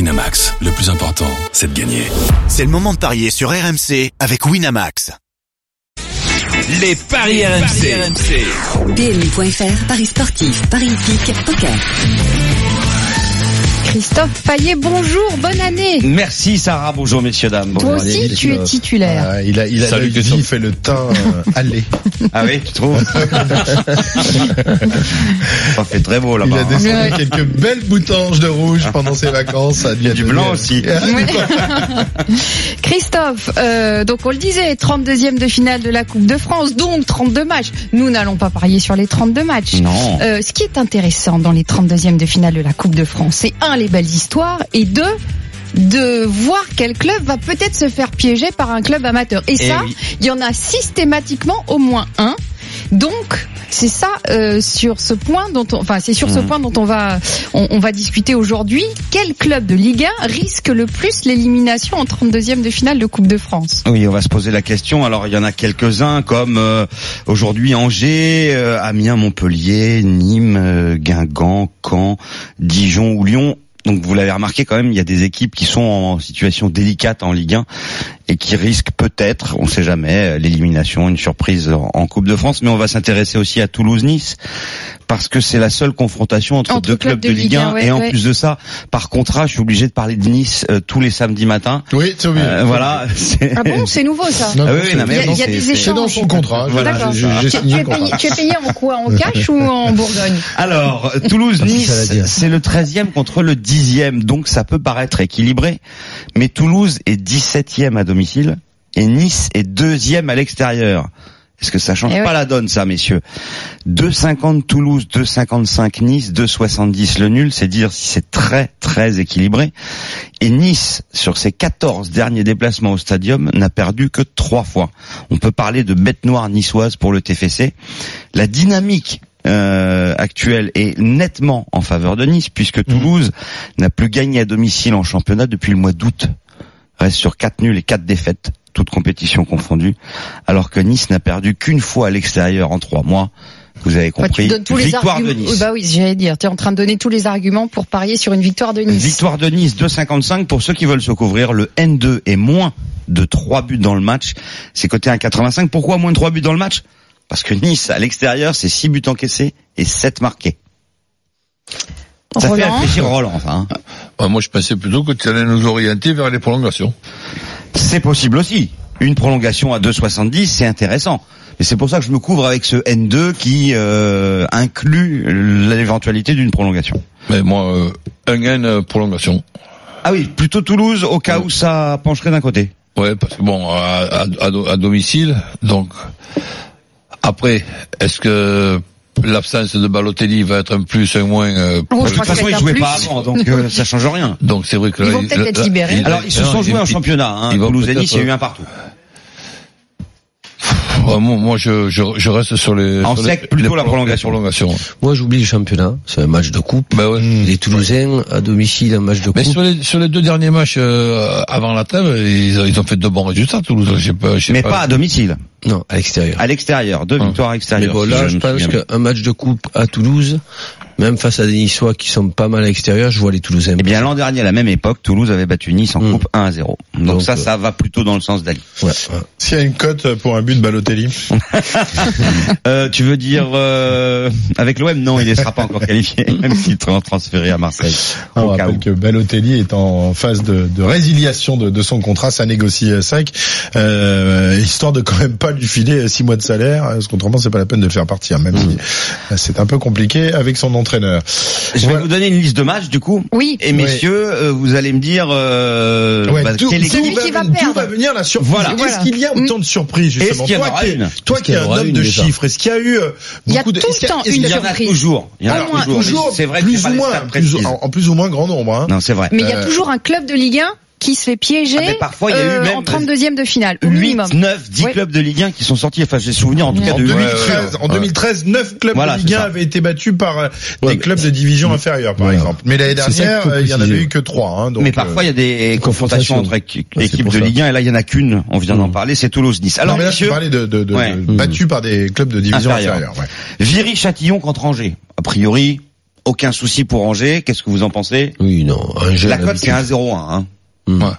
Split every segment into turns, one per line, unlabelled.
Winamax, le plus important, c'est de gagner.
C'est le moment de parier sur RMC avec Winamax.
Les paris RMC.
PMU.fr, Paris sportif, Paris hippique, poker.
Christophe Payet, bonjour, bonne année.
Merci Sarah, bonjour messieurs dames.
Toi
Bonjour,
aussi,
Daniel.
tu es titulaire.
Ah, il a, il a
Salut,
le
Christophe.
vif et le teint euh, allé.
Ah oui, tu trouves Ça fait très beau
Il
là-bas.
a
hein.
descendu quelques belles boutanges de rouge pendant ses vacances. Ça
Il y a du blanc aussi.
Christophe, euh, donc on le disait, 32e de finale de la Coupe de France, donc 32 matchs. Nous n'allons pas parier sur les 32 matchs.
Non.
Euh, ce qui est intéressant dans les 32e de finale de la Coupe de France, c'est un, les belles histoires, et deux, de voir quel club va peut-être se faire piéger par un club amateur. Et,
Eh
ça,
oui.
il y en a systématiquement au moins un. Donc, c'est ça euh, sur ce point dont on, enfin c'est sur ce
Mhm.
point dont on va on, on va discuter aujourd'hui. Quel club de Ligue 1 risque le plus l'élimination en 32e de finale de Coupe de France
Oui, on va se poser la question. Alors, il y en a quelques-uns comme euh, aujourd'hui Angers, euh, Amiens, Montpellier, Nîmes, euh, Guingamp, Caen, Dijon ou Lyon. Donc, vous l'avez remarqué quand même, il y a des équipes qui sont en situation délicate en Ligue 1 et qui risquent peut-être, on ne sait jamais, euh, l'élimination, une surprise en, en Coupe de France. Mais on va s'intéresser aussi à Toulouse-Nice parce que c'est la seule confrontation entre,
Entre
deux clubs de Ligue 1
ouais,
et en
ouais.
plus de ça, par contrat, je suis obligé de parler de Nice euh, tous les samedis matins.
Oui, c'est oui.
Euh, voilà. c'est-
Ah bon, c'est nouveau ça.
Non,
Ah oui,
non,
oui,
c'est-
non, mais
Il y a-
non,
il y a
c'est-
des
c'est-
C'est dans son contrat.
D'accord.
Voilà, j'ai- j'ai- J'ai
Tu,
signé
tu es
le
payé,
contrat.
tu es payé en quoi En
Euh,
cash ou en Bourgogne
Alors,
Ah, c'est ça,
Toulouse-Nice,
la dire.
c'est le 13e contre le 10e, donc ça peut paraître équilibré, mais Toulouse est 17e à domicile et Nice est 2e à l'extérieur. Est-ce que ça change
Eh oui.
pas la donne, ça, messieurs 2,50 Toulouse, 2,55 Nice, 2,70 le nul, c'est dire si c'est très, très équilibré. Et Nice, sur ses 14 derniers déplacements au stadium, n'a perdu que trois fois. On peut parler de bête noire niçoise pour le TFC. La dynamique euh, actuelle est nettement en faveur de Nice, puisque Toulouse n'a plus gagné à domicile en championnat depuis le mois d'août. Reste sur quatre nuls et quatre défaites, toutes compétitions confondues, alors que Nice n'a perdu qu'une fois à l'extérieur en trois mois. Vous avez
Enfin,
compris.
Tu donnes tous les
victoire
arguments.
de Nice.
Oui, Bah oui, j'allais dire. Tu es en train de donner tous les arguments pour parier sur une victoire de Nice.
Victoire de Nice 2,55 pour ceux qui veulent se couvrir. Le N2 est moins de 3 buts dans le match. C'est coté à 1,85. Pourquoi moins de 3 buts dans le match Parce que Nice, à l'extérieur, c'est 6 buts encaissés et 7 marqués. Ça fait
Roland,
réfléchir Roland, enfin. hein.
Ah, moi, je pensais plutôt que tu allais nous orienter vers les prolongations.
C'est possible aussi. Une prolongation à 2,70, c'est intéressant. Et c'est pour ça que je me couvre avec ce N2 qui euh, inclut l'éventualité d'une prolongation.
Mais moi, euh, un N euh, prolongation.
Ah oui, plutôt Toulouse au cas où ça pencherait d'un côté.
Ouais, parce que bon, à, à, à do- à domicile, donc. Après, est-ce que l'absence de Balotelli va être un plus, un moins
Ah,
euh,
Oh,
pour-
je
de toute
crois que
façon,
c'est
ils
un
jouaient
plus.
pas avant, donc euh, ça change rien.
Donc c'est vrai que
Ils
là,
vont peut-être
là,
être
là,
libérés.
il-
Alors, ils se
non,
sont
il-
joués en
il-
championnat. Hein.
ils vont
Toulouse et
peut-être,
Nice, il y a eu
euh,
un partout.
Ouais, moi, moi, je, je, je reste sur les.
En
sur
sec,
les-
plutôt
les
la
pro-
prolongation.
les prolongations.
Moi, j'oublie le championnat. C'est un match de coupe.
Bah
Ben ouais.
Les Toulousains, à domicile, un match de
Mais
coupe.
sur les, sur les deux derniers matchs euh, avant la trêve, ils, ont- ils ont fait de bons résultats, Toulouse. Je sais pas, je sais
Mais pas à domicile,
Non, à l'extérieur.
à l'extérieur, deux
Hum.
victoires
Mais
extérieures.
bon,
si
là, je
me
pense
souviens bien.
qu'un match de coupe à Toulouse, même face à des Niçois qui sont pas mal à l'extérieur, je vois les Toulousains.
Eh bien, l'an dernier, à la même époque, Toulouse avait battu Nice en
Hum.
coupe 1 à 0. Donc,
Donc,
ça,
euh,
ça va plutôt dans le sens d'Ali.
Ouais.
S'il y a une cote pour un but de Balotelli.
Euh, tu veux dire euh, avec l'OM Non, il ne sera pas encore qualifié, même s'il sera transféré à Marseille.
On
au cas
rappelle
où.
que Balotelli est en phase de, de résiliation de, de son contrat, ça négocie euh, 5, euh, histoire de quand même pas lui filer 6 mois de salaire, hein, parce qu'autrement c'est pas la peine de le faire partir, même si euh, c'est un peu compliqué avec son entraîneur.
Je vais
Voilà.
vous donner une liste de matchs, du coup.
Oui.
Et messieurs, euh, vous allez me dire euh,
Ouais,
bah,
d'où-
quelle
d'où
équipe-
Celui qui va
ven- d'où
perdre.
va venir la surprise
Voilà.
Est-ce qu'il y a autant de surprises
Est-ce
justement
qu'il y en
Toi
aura
qui es-
une
Toi
Est-ce
qui es
qu'il y en
un
aura
homme
une
de
déjà
chiffres, est-ce qu'il y a eu euh,
Il y a
beaucoup de
tout le
est-ce qu'il
temps
est-ce
une
qu'il y
Il
en a-
y en a
surprise.
toujours. Il y en a
Au moins,
toujours. mais
toujours
C'est vrai que c'est
plus
pas
ou
les
moins,
stats
plus ou-
précises.
en en plus ou moins grand nombre. hein.
Non, c'est vrai.
Mais il y a
Euh,
toujours un club de Ligue 1 qui se fait piéger
Ah, mais parfois, il y a eu
euh,
même-
en 32e de finale, au
8,
minimum.
9, 10
Ouais.
clubs de Ligue 1 qui sont sortis. Enfin, j'ai souvenir en tout cas
En
de
2013, en
ouais.
2013, neuf clubs
Voilà,
de Ligue
c'est
1
ça.
avaient été battus par euh,
Ouais,
des
mais-
clubs de division inférieure, par
Voilà.
exemple. Mais l'année
C'est ça qu'il
dernière,
faut
euh, il y en avait
préciser.
eu que trois. hein, donc,
Mais parfois, il y a des
confrontations.
confrontations entre équ-
Ouais, c'est
équipes
pour
de
ça.
Ligue 1 et là, il y en a qu'une. On vient d'en
Mm.
parler, c'est Toulouse-Nice.
Alors,
Alors,
mais là,
messieurs,
je euh, parlais de, de, de-
Ouais.
de- battus par des clubs de division
Inférieure.
inférieure. ouais.
Viry-Châtillon contre Angers. A priori, aucun souci pour Angers. Qu'est-ce que vous en pensez
Oui, non. Angers
La
a
cote, c'est
l'habitude.
1-0-1. hein.
Mm.
Ouais.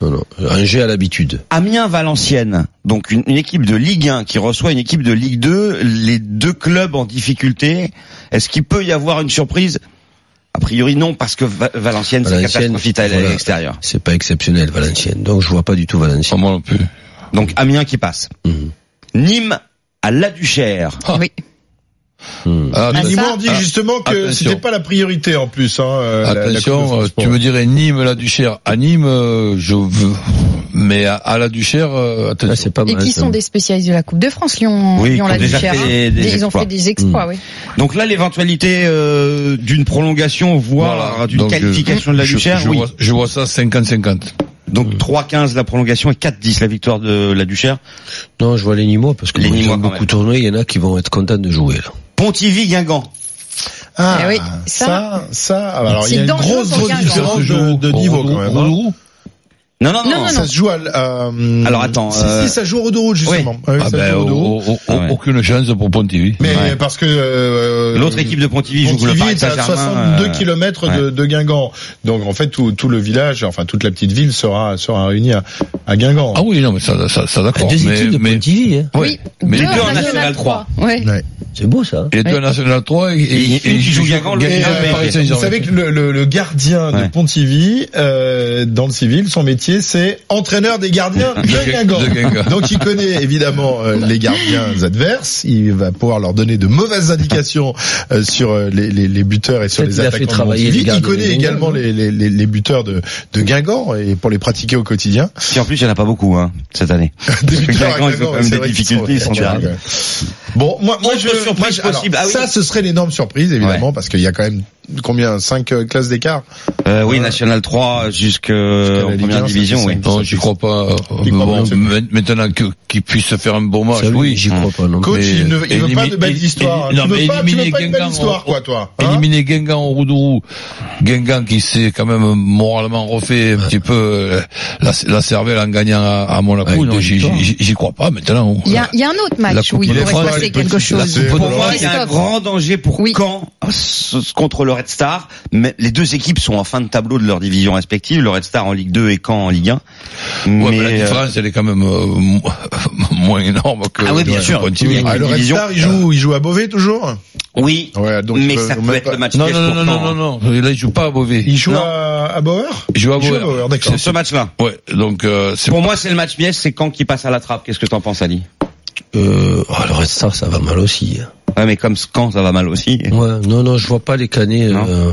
Non, non. Angers a l'habitude.
Amiens-Valenciennes, donc une, une équipe de Ligue 1 qui reçoit une équipe de Ligue 2, les deux clubs en difficulté. Est-ce qu'il peut y avoir une surprise A priori non, parce que Va- Valenciennes, c'est
Valenciennes,
catastrophique à
voilà.
l'extérieur.
C'est pas exceptionnel, Valenciennes. Donc, je vois pas du tout
Ah,
Valenciennes.
moi non plus.
Donc Amiens qui passe.
Mhm.
Nîmes à La Duchère.
Oui.
Mm.
Ah,
Ah,
att-
Nîmes
ça
on dit
Ah,
justement que
attention.
c'était pas la priorité en plus. Hein, euh, la- la Coupe de
attention,
France
euh,
pour
tu
eux.
me dirais Nîmes, la Duchère. À Nîmes, euh, je veux. Mais à, à la Duchère, euh,
Ah,
attention.
c'est pas
Et
mal.
qui
ça.
sont des spécialistes de la Coupe de France, Lyon,
Oui,
Lyon
qui ont
la
déjà
Duchère.
fait
hein.
des- des
ils ont
exploits. Mm.
fait des exploits, oui.
Donc là, l'éventualité euh, d'une prolongation, voire
Voilà.
d'une
Donc, je-
qualification de La
je-
Duchère,
je
oui.
vois- Mhm. je vois ça 50-50.
Donc 3-15 la prolongation et 4-10 la victoire de La Duchère.
Non, je vois les Nîmois parce que
Les
les
Nîmois, quand
beaucoup
même.
tourné. Il y en a qui vont être contents de jouer. Là.
Pontivy-Guingamp.
Ah,
Eh oui, ça-
ça, ça. Alors il y a
C'est
une
dangereux
grosse,
pour
grosse
Guingamp.
différence hein, de, de niveau quand même. hein.
Non, non, non.
Non, non,
Ça se joue à. l- euh,
Alors, attends,
Si,
euh,
si, ça joue au Rodoroute justement. Ah oui,
Ah
ça
ben,
joue au Rodoroute.
au- au-
Ah ouais.
aucune chance pour Pontivy.
Mais
Ouais.
parce que euh,
L'autre équipe de Pontivy joue le
Pontivy
Paris
est à
Saint-Germain.
62
euh,
km de,
ouais.
de Guingamp. Donc en fait tout, tout le village, enfin toute la petite ville sera sera réunie à, à Guingamp.
Ah oui, non, mais ça, ça, ça
Oh,
d'accord.
Deux
mais,
équipes de
mais-
Pontivy, hein.
ouais.
Oui,
Mais
deux
les deux
en
en
National
National
3. Ouais.
Ouais.
C'est beau ça.
les deux
Ouais.
en National 3 et,
Et- et qui joue Guingamp, l'autre
Et,
Guingamp,
euh,
Paris
vous
Saint-Germain.
savez que le, le- le gardien
Ouais.
de Pontivy, euh, dans le civil, son métier c'est entraîneur des gardiens de
Guin-
Guingamp.
de Guingamp.
Donc il connaît évidemment euh, les gardiens adverses, il va pouvoir leur donner de mauvaises indications euh, sur euh, les, les- les buteurs et sur
Peut-être
les
il a
attaquants
fait
de
travailler
Pontivy.
les gardiens
Il connaît
de Guingamp,
également
non
les, les- les- les buteurs de, de Guingamp et pour les pratiquer au quotidien.
Si en plus il n'y en a pas beaucoup hein, cette année.
Des
Parce que
buteurs à
Guingamp, ils ont quand
Guingamp,
même
c'est
des
vrai qu'ils
difficultés, ils sont
naturels,
derniers.
ouais. Bon, moi, moi,
Autre
je,
surprise
moi, je- alors,
possible. Ah oui.
ça, ce serait l'énorme surprise, évidemment, parce qu'il y a quand même combien cinq euh, classes d'écart.
Euh, oui,
Ouais.
National 3 jusque euh,
la
en
Ligue
première
un,
division.
c'est-
Oui.
Non, j'y crois pas. Mais
J'y crois
bon,
pas, monsieur.
ma- maintenant que- qu'il puisse se faire un bon match,
Ça,
oui.
J'y
Mmh.
crois pas non.
Coach,
Mais
il ne il veut pas
éliminer-
de belles
éli-
histoires. hein.
non,
tu
mais
veux pas, tu veux
éliminer
pas une belle
Guingamp,
histoire,
on-
quoi, toi. hein
Éliminer Guingamp au Roudourou, Guingamp qui s'est quand même moralement refait un petit peu euh, la, la cervelle en gagnant à, à Monaco,
Avec
non,
deux
j'y-
victoires.
j'y j'y crois pas maintenant.
Il y a, il y a un autre
La
match
Coupe
où il
de
pourrait
France,
se
les
passer
petits
quelque chose.
classés,
Pour
Pour
moi, il y a un
Christophe.
grand danger pour
Oui.
Caen s- contre le Red Star. Mais les deux équipes sont en fin de tableau de leur division respective. Le Red Star en Ligue 2 et Caen en Ligue 1.
Ouais, mais,
euh,
la différence, elle est quand même euh, mo- moins énorme que
Ah oui, bien sûr.
Pontivy.
Oui.
Ah, le Red
Division.
Star, il joue, il joue à Beauvais toujours.
euh, oui,
Ouais, donc
mais
il peut-
ça peut
même
être
pas-
le match
Non,
piège
non,
pour
non,
Caen,
non,
hein.
non, non, là, euh, il joue pas à Beauvais.
Il joue
Non.
à, à Bauer.
Il joue à
Il joue à
Beauvais.
Bauer, d'accord.
Sur ce match-là.
Ouais, donc euh, c'est
Pour moi, c'est le match piège. C'est Caen qui passe à la trappe. Qu'est-ce que t'en penses, Ali
Euh, oh, le Red Star, ça va mal aussi. hein.
Ouais, mais comme Caen, ça va mal aussi.
Euh,
Ouais, non, non, je vois pas les canets.
Non.
euh,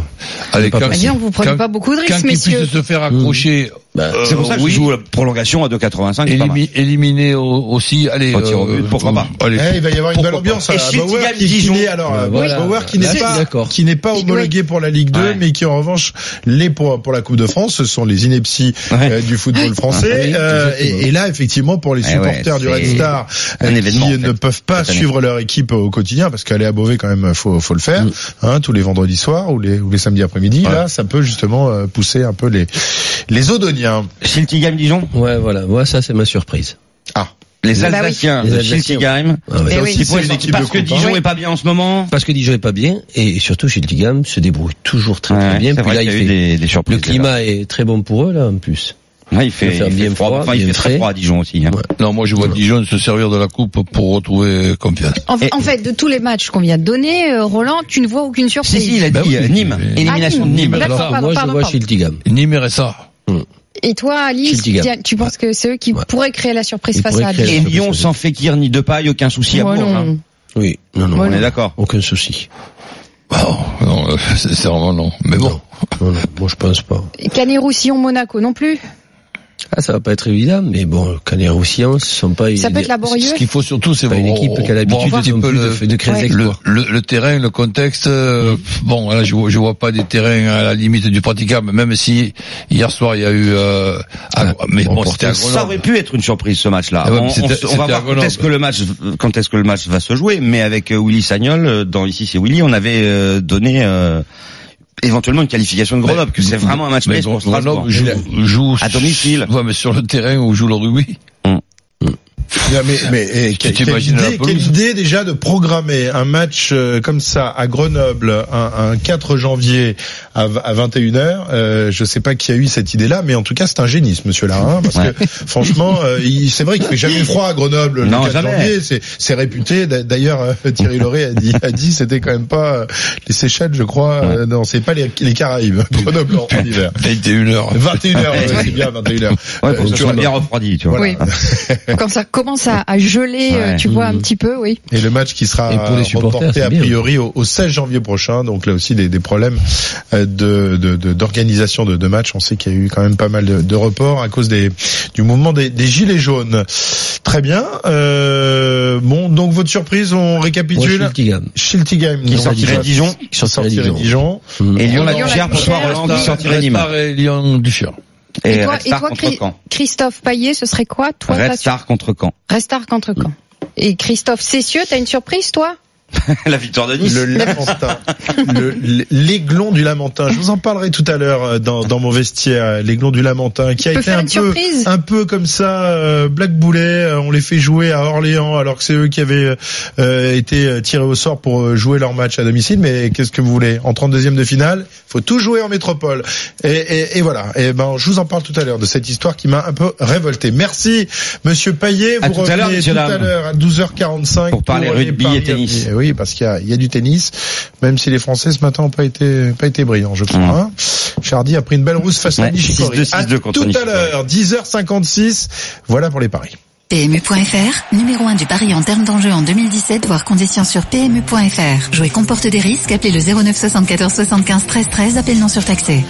Allez,
pas
quand-
Bah, dis donc, vous prenez
quand-
pas beaucoup de
quand
risques,
il
messieurs.
puisse se faire accrocher,
bah,
euh,
C'est pour ça que
oui,
je joue la prolongation à 2,85. c'est pas mal.
élimi- éliminer au- aussi, allez, euh,
Au tir au but, pourquoi pas.
Allez,
Eh, il va y avoir une
pourquoi
belle
pas.
ambiance
Et
à
City
Bauer
gagne
qui, qui
Dijon.
n'est alors euh,
Voilà.
Bauer qui n'est
Là,
pas
d'accord.
qui n'est pas homologué pour la Ligue 2
Ouais.
mais qui en revanche l'est pour pour la Coupe de France ce sont les inepties
Ouais. Ah
euh, du football français
oui,
euh,
exactement.
et, et là effectivement pour les
Eh
supporters
ouais,
du Red
c'est
Star
un
euh, qui
événement, en fait,
ne peuvent pas
cette année.
suivre leur équipe au quotidien parce qu'aller à Beauvais quand même faut faut le faire
Mm.
hein, tous les vendredis soirs ou les ou les samedis après-midi là ça peut justement euh, pousser un peu les les Odoniens
Schiltigheim Dijon,
ouais, voilà, ouais, ça c'est ma surprise.
ah
les
Bah oui.
Alsaciens,
Les
de
Alsaciens.
Schiltigheim.
Ah ouais.
Eh oui.
Ça aussi,
Ils pourraient
une
sortir
équipe
parce
de
que
coupe, hein.
Dijon est pas bien en ce moment.
Parce que Dijon est pas bien et surtout Gildigam se débrouille toujours très
Ouais,
très bien.
c'est
Puis
vrai
là,
qu'il
il
y a
fait-
eu des, des surprises.
le climat est très bon pour eux là en plus.
là. Ouais, il fait,
il fait
il fait
bien
froid.
froid,
Enfin, il
bien
fait très
frais.
froid à Dijon aussi. hein.
Non, moi je vois Dijon se servir de la coupe pour retrouver confiance.
En,
Et-
en fait, de tous les matchs qu'on vient de donner, euh, Roland, tu ne vois aucune
Si,
surprise.
si, il a dit
Bah oui,
euh, Nîmes.
mais-
Ah,
Élimination de
Nîmes.
Nîmes.
D'accord,
Alors,
pardon,
moi
pardon,
je vois
pardon.
Gildigam.
Nîmes et ça.
Et toi, Alice,
Schiltigheim.
tu penses que c'est eux qui
Ouais.
pourraient créer la surprise
Ils
face
pourraient
à
créer
Lille
Et Lyon sans Fekir ni Depay, aucun souci à
Ouais,
Bourg.
non.
hein.
Oui, non non,
On
voilà.
est d'accord.
aucun souci.
Bon, non, euh, sincèrement non. Mais bon,
Non. Non, non, moi je pense pas.
hein.
Canet Roussillon Monaco non plus.
Ah, ça va pas être évident, mais bon, Canet Roussillon, ce sont pas.
Ça peut être laborieux.
ce qu'il faut surtout, c'est
C'est pas une
voir-
équipe qui a
voir un
l'habitude
petit
non
peu
plus
le,
de, de créer des
Ouais.
le,
exploits.
le- le terrain, le contexte. euh, Bon, là, je, vois- je vois pas des terrains à la limite du praticable, même si hier soir il y a eu. Euh,
Ah,
à- mais bon, c'était à
Ça
Grenoble.
aurait pu être une surprise ce match-là.
Ah ouais,
on,
mais
on
c'était-
se- on va
c'était à
voir quand est-ce
Grenoble.
que le match, quand est-ce que le match va se jouer. Mais avec euh, Willy Sagnol, euh, dans ici c'est Willy, on avait euh, donné euh, éventuellement une qualification de Grenoble. que c'est vraiment un match
mais
piège pour Strasbourg.
Grenoble joue, joue
À domicile.
Ouais, mais sur le terrain où joue le rugby.
Hum.
Non, mais, mais eh,
Tu
quelle, quelle
t'imagines la
idée, quelle
pelouse
idée déjà de programmer un match euh, comme ça à Grenoble un, un 4 janvier à, v- à 21h. Euh, je sais pas qui a eu cette idée-là, mais en tout cas c'est un génie ce monsieur-là. hein, parce
Ouais.
que franchement, euh, il- c'est vrai qu'il fait jamais froid à Grenoble
Non,
le 4
jamais.
janvier. C'est c'est réputé. D'a- D'ailleurs, euh, Thierry Loret a dit, a dit c'était quand même pas euh, les Seychelles, je crois. euh, non, c'est pas les, les Caraïbes. Grenoble en, en hiver.
21h.
21h, ouais, c'est bien 21h.
Ouais, pour que
Euh,
ce soit
Turenne.
bien refroidi, tu vois.
Oui. Quand ça commence à, à geler, euh,
Ouais.
tu vois un petit peu, oui.
Et le match qui sera
Et pour les supporters,
reporté
c'est
a
bien.
priori au, au 16 janvier prochain. Donc là aussi des, des problèmes euh, de de- de- d'organisation de, de, matchs. On sait qu'il y a eu quand même pas mal de, de reports à cause des du mouvement des, des gilets jaunes. Très bien. Euh, bon, donc votre surprise, on récapitule.
Rochefort qui gagne.
Schiltigheim
Qui sortirait Dijon
Qui
Qui
sortirait
sortirait
Dijon.
Dijon.
et Lyon la
Lyon,
Duchère pour toi Roland qui sortirait Nîmes
Restart et Lyon Duchamp.
Et toi, et
Red Star
toi,
contre
Chri-
Caen.
Christophe Paillet, ce serait quoi Toi,
Red
ta-
Star contre Caen.
Restart contre Caen. Et Christophe Cessieux, t'as une surprise, toi
La victoire de Nice.
Le Lamentin. Le- L'aiglon du Lamentin. Je vous en parlerai tout à l'heure euh, dans, dans mon vestiaire. L'aiglon du Lamentin qui
Tu
a
peux
été
faire
un
une
peu,
surprise
un peu comme ça, euh, Black Boulet. euh, On les fait jouer à Orléans alors que c'est eux qui avaient euh, été euh, tirés au sort pour euh, jouer leur match à domicile. Mais qu'est-ce que vous voulez En 32e de finale, faut tout jouer en métropole. Et, et- et voilà. Et ben, je vous en parle tout à l'heure de cette histoire qui m'a un peu révolté. Merci, Monsieur Payet.
À
Vous
tout à l'heure,
revenez
messieurs,
tout à
dames.
l'heure à 12h45
Pour parler
les
rugby
paris
et tennis.
rugby. Eh oui, parce qu'il y a, il y a du tennis, même si les Français ce matin ont pas été pas été brillants, je crois.
Ouais.
hein. Chardy a pris une belle rousse face à
Ouais,
Nishikori.
6-2,
À
6-2 contre
tout à
Nishikori.
l'heure, 10h56. Voilà pour les paris.
PMU.fr, numéro 1 du pari en termes d'enjeu en 2017, voire conditions sur PMU.fr. Jouer comporte des risques, appelez le 09 74 75 13 13, appel non surtaxé.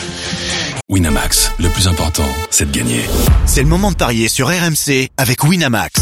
Winamax, le plus important, c'est de gagner.
C'est le moment de parier sur RMC avec Winamax.